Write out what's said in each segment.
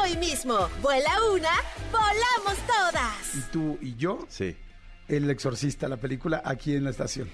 hoy mismo. Vuela una, volamos todas. Y tú y yo, Sí. el exorcista, la película, aquí en la estación.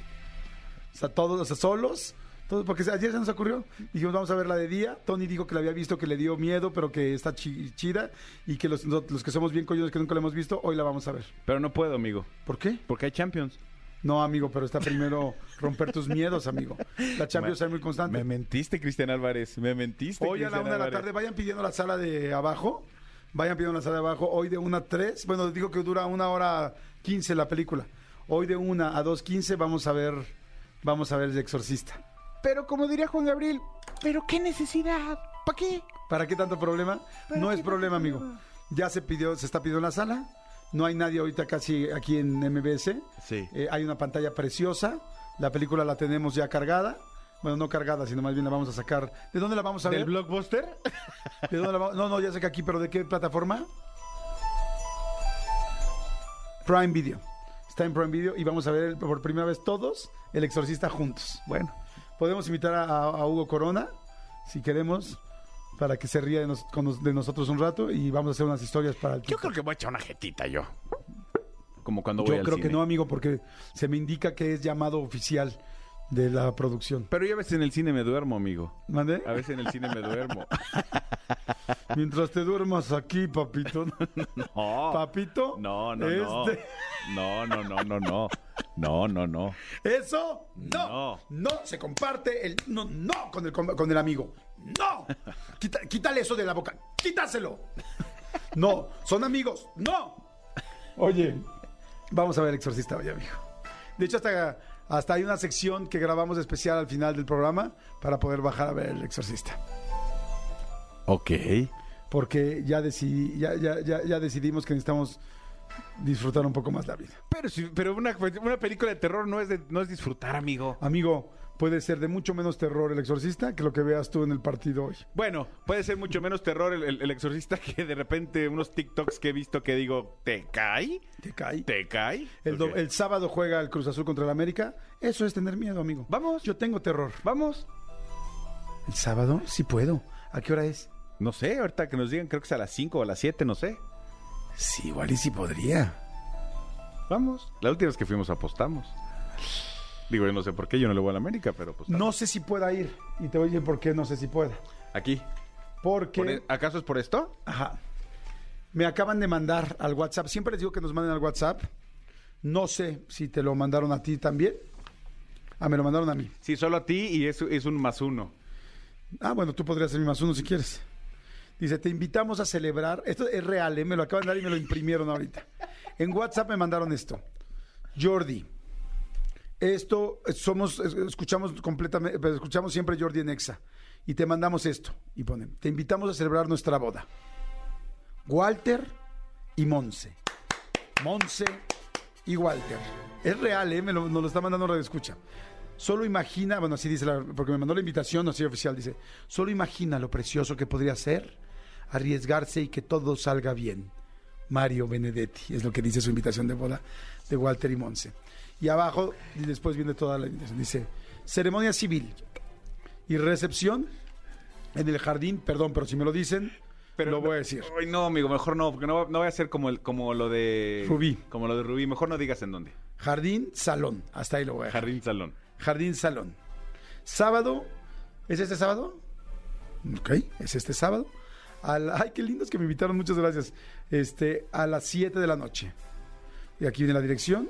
O sea, todos, o sea, solos. Todos, porque ayer se nos ocurrió. Dijimos, vamos a ver la de día. Tony dijo que la había visto, que le dio miedo, pero que está chi- chida. Y que los, los que somos bien coyones que nunca la hemos visto, hoy la vamos a ver. Pero no puedo, amigo. ¿Por qué? Porque hay Champions. No, amigo, pero está primero romper tus miedos, amigo. La Champions Me- es muy constante. Me mentiste, Cristian Álvarez. Me mentiste. Hoy a la Cristian una de la Álvarez. tarde, vayan pidiendo la sala de abajo. Vayan pidiendo la sala de abajo. Hoy de una a tres. Bueno, digo que dura una hora quince la película. Hoy de una a dos quince vamos a ver. Vamos a ver el exorcista. Pero como diría Juan Gabriel, ¿pero qué necesidad? ¿Para qué? ¿Para qué tanto problema? No es problema, amigo. Ya se pidió, se está pidiendo la sala. No hay nadie ahorita casi aquí en MBS. Sí. Eh, hay una pantalla preciosa. La película la tenemos ya cargada. Bueno, no cargada, sino más bien la vamos a sacar. ¿De dónde la vamos a ¿Del ver? blockbuster? ¿De dónde la vamos- No, no, ya sé que aquí, pero ¿de qué plataforma? Prime Video. Está en Prime Video y vamos a ver por primera vez todos El Exorcista juntos. Bueno, podemos invitar a, a Hugo Corona, si queremos, para que se ría de, nos- con nos- de nosotros un rato y vamos a hacer unas historias para el tipo. que voy a echar una jetita yo. Como cuando voy Yo al creo que cine. no, amigo, porque se me indica que es llamado oficial de la producción. Pero yo a veces en el cine me duermo, amigo. ¿Mande? A veces en el cine me duermo. Mientras te duermas aquí, papito. No. Papito. No, no, no. este- No, no, no, no, no. No, no, no. Eso no, No. no, se comparte el no, no con el, com- con el amigo. No, Quita- quítale eso de la boca, quítaselo. No, son amigos, no. Oye, vamos a ver Exorcista hoy, amigo. De hecho, hasta, hasta hay una sección que grabamos especial al final del programa para poder bajar a ver el Exorcista. Ok. Porque ya, decidí, ya, ya, ya, ya decidimos que necesitamos disfrutar un poco más la vida. Pero, si, pero una, pues, una película de terror no es, de- no es disfrutar, amigo. Amigo, puede ser de mucho menos terror el Exorcista que lo que veas tú en el partido hoy. Bueno, puede ser mucho menos terror el, el- el exorcista que de repente unos TikToks que he visto que digo, ¿te cae? ¿Te cae? ¿Te cae? El, do- Ok. el sábado juega el Cruz Azul contra el América. Eso es tener miedo, amigo. Vamos. Yo tengo terror. Vamos. ¿El sábado? Sí puedo. ¿A qué hora es? No sé, ahorita que nos digan, creo que es a las 5 o a las 7, no sé. Sí, igual y sí podría. Vamos. La última vez que fuimos apostamos. Digo, yo no sé por qué, yo no le voy a la América, pero pues. No sé si pueda ir. Y te voy a decir por qué no sé si pueda. Aquí. Porque... ¿Por e- ¿Acaso es por esto? Ajá. Me acaban de mandar al WhatsApp. Siempre les digo que nos manden al WhatsApp. No sé si te lo mandaron a ti también. Ah, me lo mandaron a mí. Sí, solo a ti y es, es un más uno. Ah, bueno, tú podrías ser mi más uno si quieres. Dice, te invitamos a celebrar. Esto es real, ¿eh? me lo acaban de dar y me lo imprimieron ahorita. En WhatsApp me mandaron esto. Jordi, esto eh, somos, es- escuchamos completamente, pero escuchamos siempre Jordi en Exa. Y te mandamos esto. Y ponen, te invitamos a celebrar nuestra boda. Walter y Monse. Monse y Walter. Es real, ¿eh? Me lo- nos lo está mandando Radio Escucha. Solo imagina, bueno, así dice, la- porque me mandó la invitación, así oficial, dice, solo imagina lo precioso que podría ser arriesgarse y que todo salga bien. Mario Benedetti, es lo que dice su invitación de boda de Walter y Monse. Y abajo, y después viene toda la invitación, dice, ceremonia civil y recepción en el jardín, perdón, pero si me lo dicen, lo voy a decir. Ay, no, amigo, mejor no, porque no, no voy a ser como, el, como lo de. Rubí. Como lo de Rubí. Mejor no digas en dónde. Jardín, salón, hasta ahí lo voy a dejar. Jardín Salón. Jardín Salón. Sábado, ¿es este sábado? Ok, es este sábado. A la- ay, qué lindos que me invitaron, muchas gracias. Este, a las 7 de la noche. Y aquí viene la dirección,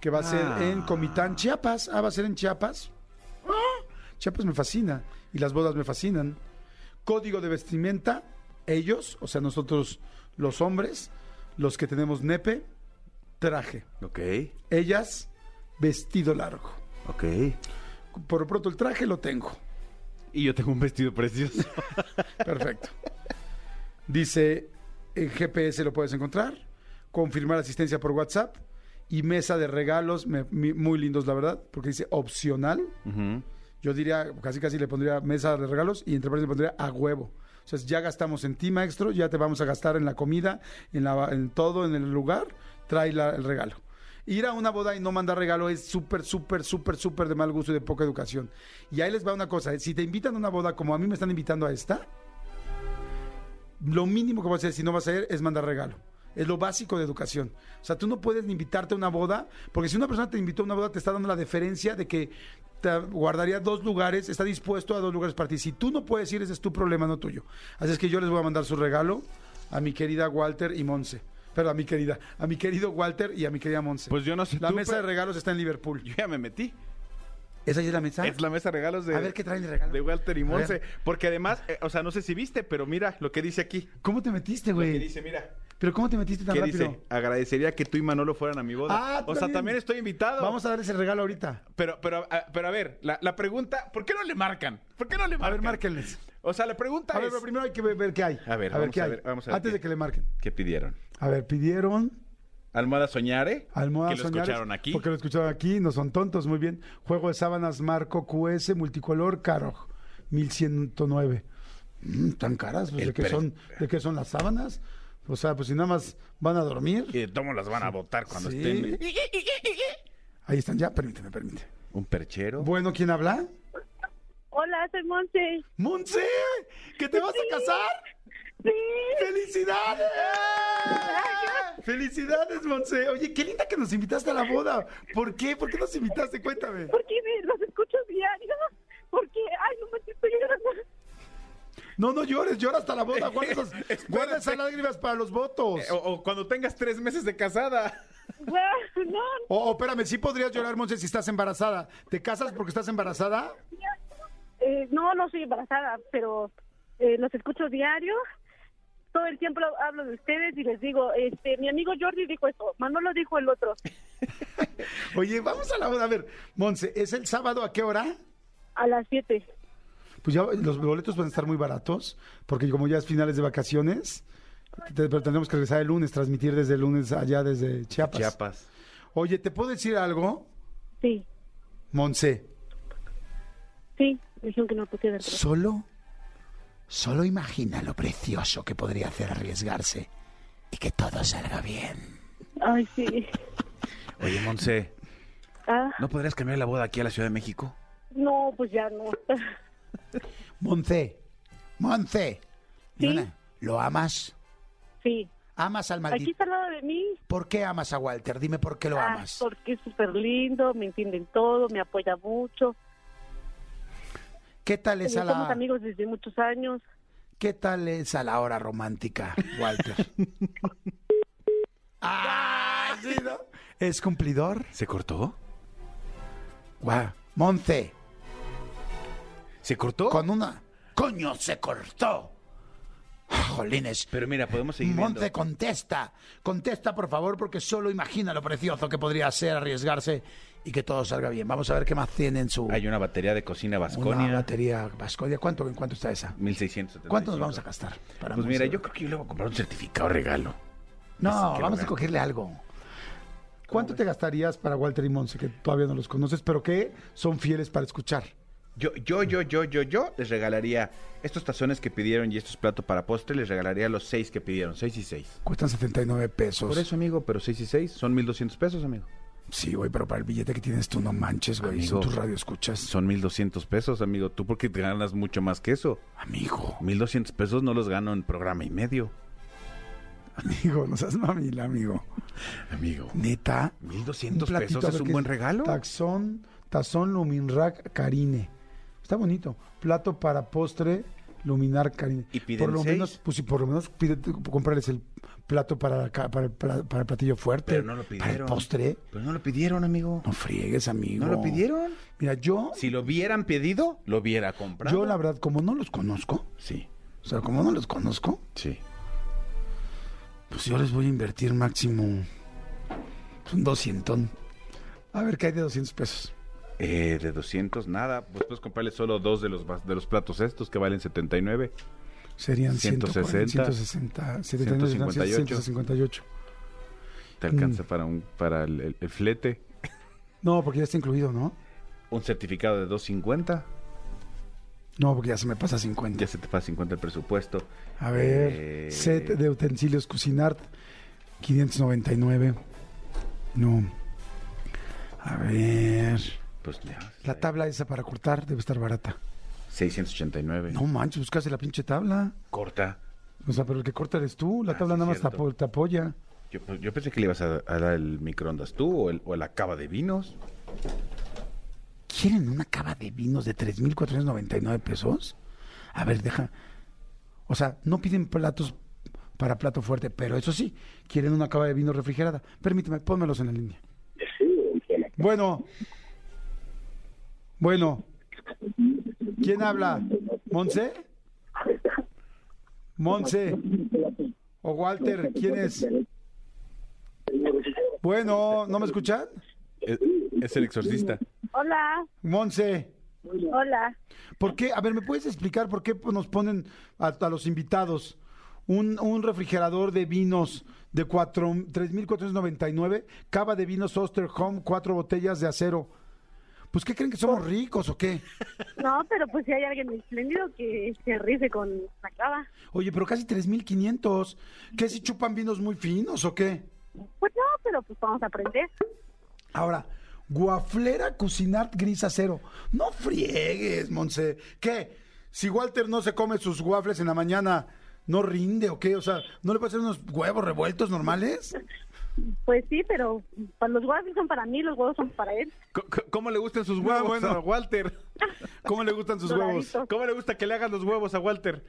que va a ser Ah. en Comitán, Chiapas. Ah, va a ser en Chiapas. Ah, Chiapas me fascina y las bodas me fascinan. Código de vestimenta, ellos, o sea, nosotros los hombres, los que tenemos nepe, traje. Ok, Ellas, vestido largo. ok. Por lo pronto el traje lo tengo. Y yo tengo un vestido precioso. Perfecto. Dice, en GPS lo puedes encontrar, confirmar asistencia por WhatsApp y mesa de regalos, me- mi- muy lindos la verdad, porque dice opcional. Ujú. Yo diría, casi casi le pondría mesa de regalos y entre paréntesis le pondría a huevo. O sea, ya gastamos en ti, maestro, ya te vamos a gastar en la comida, en, la, en todo, en el lugar, trae la- el regalo. Ir a una boda y no mandar regalo es súper, súper, súper, súper de mal gusto y de poca educación. Y ahí les va una cosa, eh, si te invitan a una boda como a mí me están invitando a esta, lo mínimo que vas a hacer si no vas a ir es mandar regalo. Es lo básico de educación. O sea, tú no puedes ni invitarte a una boda, porque si una persona te invitó a una boda, te está dando la deferencia de que te guardaría dos lugares, está dispuesto a dos lugares para ti. Si tú no puedes ir, ese es tu problema, no tuyo. Así es que yo les voy a mandar su regalo a mi querida Walter y Monse. Pero a mi querida, a mi querido Walter y a mi querida Monse. Pues yo no sé La tú, mesa pero- de regalos está en Liverpool. Yo ya me metí. ¿Esa ya es la mesa? Es la mesa de regalos de. A ver qué traen de regalo. De Walter y A ver. Monse. Porque además, eh, o sea, no sé si viste, pero mira lo que dice aquí. ¿Cómo te metiste, Lo que güey? dice, mira. ¿Pero cómo te metiste tan ¿Qué rápido? dice? Agradecería que tú y Manolo fueran a mi boda. Ah, tú o sea, también. también estoy invitado. Vamos a darles el regalo ahorita. Pero, pero, a, pero a ver, la, la pregunta, ¿por qué no le marcan? ¿Por qué no le A marcan? ver, márquenles. O sea, la pregunta A ver, es... pero primero hay que ver, ver qué hay. A ver, vamos qué a hay. ver, vamos a ver Antes qué- de que le marquen. ¿Qué pidieron? A ver, pidieron Almohada Soñare. almohada Que lo Soñares, escucharon aquí. Porque lo escucharon aquí, no son tontos, muy bien. Juego de sábanas Marco QS multicolor Caro 1109. Mm, tan caras, pues, El ¿de qué pre- son? ¿De qué son las sábanas? O sea, pues si nada más van a dormir. Y de tomo las van a votar cuando Sí. estén... Ahí están ya, permíteme, permíteme. Un perchero. Bueno, ¿quién habla? Hola, soy Monse. ¡Monse! ¿Que te vas a casar? Sí. ¡Felicidades! ¡Felicidades, Monse! Oye, qué linda que nos invitaste a la boda. ¿Por qué? ¿Por qué nos invitaste? Cuéntame. Porque me- los escucho diario. Porque, ay, no me estoy llorando. No, no llores, llora hasta la boda. Guarda esas, guarda esas lágrimas para los votos. Eh, o, o cuando tengas tres meses de casada. Bueno, no, O o, Oh, espérame, sí podrías llorar, Monse, si estás embarazada. ¿Te casas porque estás embarazada? eh, no, no soy embarazada, pero eh, los escucho diario. Todo el tiempo hablo de ustedes y les digo, este, mi amigo Jordi dijo esto, Manolo dijo el otro, Oye, vamos a la boda. A ver, Monse, ¿es el sábado a qué hora? a las 7. Pues ya los boletos van a estar muy baratos, porque como ya es finales de vacaciones, te- pero tendremos que regresar el lunes, transmitir desde el lunes allá desde Chiapas. Chiapas. Oye, ¿te puedo decir algo? Sí, Monse, sí, me dijeron que no pusiera el otro. solo, solo imagina lo precioso que podría hacer arriesgarse y que todo salga bien. Ay, sí. Oye, Monse, Ah, ¿no podrías cambiar la boda aquí a la Ciudad de México? no, pues ya no. Monse, Monse, Sí. nena, ¿lo amas? Sí, ¿Amas al Aquí maldito? está al lado de mí. ¿Por qué amas a Walter? Dime por qué lo Ah, amas. porque es súper lindo, me entienden todo, me apoya mucho. ¿Qué tal es a Somos la amigos desde muchos años. qué tal es a la hora romántica, Walter? Ah, sí, ¿no? ¿Es cumplidor? ¿Se cortó? Guau. Monte, ¿Se cortó? con una coño se cortó. Ah, Jolines, Pero mira, podemos seguir viendo. Monte, contesta. Contesta, por favor, porque solo imagina lo precioso que podría ser arriesgarse y que todo salga bien. Vamos a ver qué más tiene en su Hay una batería de cocina Vasconia. una batería Vasconia. ¿Cuánto, ¿En cuánto está esa? 1675. ¿Cuánto nos vamos a gastar? para Pues mira, Monse? yo creo que yo le voy a comprar un certificado regalo. No, que vamos lo a gane. cogerle algo. ¿Cuánto te gastarías para Walter y Monse, que todavía no los conoces, pero que son fieles para escuchar? Yo, yo, yo, yo, yo, yo les regalaría estos tazones que pidieron y estos platos para postre, les regalaría los seis que pidieron, seis y seis. Cuestan 79 pesos. Por eso, amigo, pero seis y seis son 1200 pesos, amigo. Sí, güey, pero para el billete que tienes tú no manches, güey. Amigo. Son tus radioescuchas. Son 1200 pesos, amigo. Tú porque te ganas mucho más que eso. Amigo, 1200 pesos no los gano en programa y medio, amigo, no seas mamila, amigo. amigo. Neta, 1200 platito, pesos a es ver un qué buen regalo. Taxón, tazón Luminrack Carine. Está bonito. Plato para postre Luminar Carine. Y piden por lo seis. menos, pues sí, por lo menos pide, comprarles el plato para, ca- para, el pla- para el platillo fuerte. Pero no lo Para pidieron. el postre. Pero no lo pidieron, amigo. no friegues, amigo. ¿No lo pidieron? Mira, yo, Si lo hubieran pedido, lo hubiera comprado. yo la verdad, como no los conozco, Sí, O sea, como no los conozco, sí. pues yo les voy a invertir máximo pues, un doscientón. A ver qué hay de 200 pesos. Eh, de 200, nada. Pues puedes comprarle solo dos de los, vas- de los platos estos que valen 79. serían 160, 160, 160 79, 158. 158. Te alcanza para, un, para el, el- el flete. No, porque ya está incluido, ¿no? Un certificado de 250. No, porque ya se me pasa 50. Ya se te pasa 50 el presupuesto. A ver, Eh, set de utensilios Cucinart, 599. No. A ver. Pues ya, La tabla esa para cortar debe estar barata. 689. No manches, buscaste la pinche tabla. Corta. O sea, pero el que corta eres tú. La Ah, tabla sí, nada más te, cierto. apo- te apoya. Yo, pues, yo pensé que le ibas a, a dar el microondas tú o, el, o la cava de vinos. ¿Quieren una cava de vinos de 3.499 pesos? A ver, deja. O sea, no piden platos para plato fuerte, pero eso sí, quieren una cava de vino refrigerada. Permíteme, pónmelos en la línea. Bueno. Bueno. ¿Quién habla? ¿Monse? ¿Monse? ¿O Walter? ¿Quién es? Bueno, ¿no me escuchan? Es, es el exorcista. Hola, Monse. hola. ¿Por qué? A ver, ¿me puedes explicar por qué nos ponen a, a los invitados un, un refrigerador de vinos de cuatro- 3.499, cava de vinos Osterholm, cuatro botellas de acero? Pues, ¿qué creen que somos ricos o qué? No, pero pues si hay alguien espléndido que se rife con la cava. Oye, pero casi 3.500. ¿Qué si chupan vinos muy finos o qué? Pues no, pero pues vamos a aprender. Ahora, guaflera cucinart gris acero. No friegues, Monse. ¿Qué? Si Walter no se come sus waffles en la mañana, ¿no rinde o qué? O sea, ¿no le puede hacer unos huevos revueltos normales? Pues sí, pero pues, los huevos son para mí, los huevos son para él. Co- co- ¿Cómo le gustan sus No, huevos bueno. a Walter? ¿Cómo le gustan sus huevos? Doraditos. ¿Cómo le gusta que le hagan los huevos a Walter?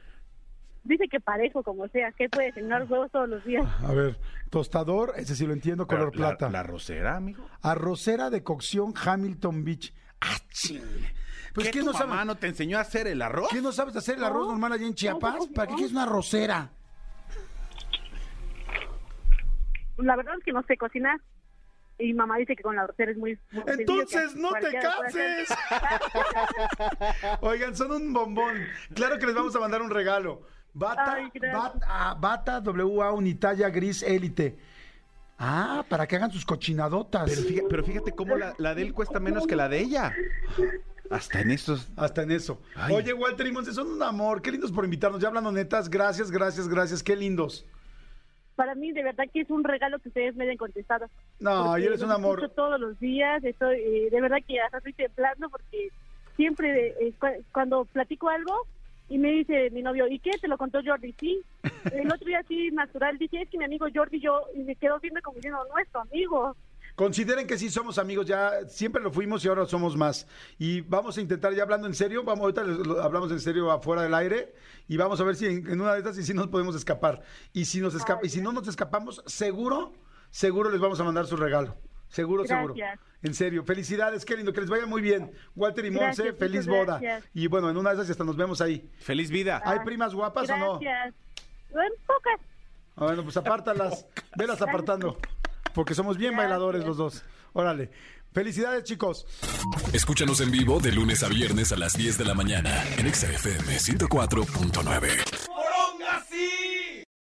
Dice que parejo, como sea, que puede cenar huevos todos los días. A ver, tostador, ese sí lo entiendo, color Pero la- plata. La, rosera, amigo. Arrocera de cocción Hamilton Beach. ¡Ah, ching! Pues, ¿qué, tu no mamá sabes? no te enseñó a hacer el arroz? ¿Qué no sabes hacer el arroz No, normal allá en Chiapas? no, ¿Para qué no. quieres una arrocera? La verdad es que no sé cocinar. Y mamá dice que con la rosera es muy... muy sencillo, Entonces, que no te cualquiera lo puede hacer. Oigan, son un bombón. Claro que les vamos a mandar un regalo. Bata, Ay, gracias. bata, bata WA Unitalla Gris Élite. Ah, para que hagan sus cochinadotas. Pero fíjate, pero fíjate cómo la, la de él cuesta menos que la de ella. Hasta en estos. Hasta en eso. Ay. Oye, Walter y Monse, son un amor. Qué lindos por invitarnos. Ya hablando netas, gracias, gracias, gracias. Qué lindos. Para mí, de verdad que es un regalo que ustedes me hayan contestado. No, Porque y eres un Pues los escucho amor. todos los días, estoy, eh, de verdad que hasta estoy temblando porque siempre eh, cu- cuando platico algo, Y me dice mi novio, ¿y qué? ¿Te lo contó Jordi? Sí. El otro día así, natural, dije, es que mi amigo Jordi y yo, y me quedó viendo como diciendo, no es tu amigo. Consideren que sí somos amigos, ya siempre lo fuimos y ahora somos más. Y vamos a intentar, ya hablando en serio, vamos, ahorita les- lo- hablamos en serio afuera del aire y vamos a ver si en, en una de estas y si nos podemos escapar. Y si nos escapa, y si no nos escapamos, seguro, seguro les vamos a mandar su regalo. Seguro, seguro. Gracias. En serio, felicidades, qué lindo, que les vaya muy bien. Walter y Gracias, Monse, muchas feliz boda. gracias. Ah, Y bueno, en una de esas y hasta nos vemos ahí. Feliz vida. ¿Hay primas guapas o no? Gracias. En pocas. Ah, Bueno, pues apártalas, velas apartando, porque somos bien bailadores los dos. Órale. Felicidades, chicos. Escúchanos en vivo de lunes a viernes a las 10 de la mañana en Exa FM 104.9.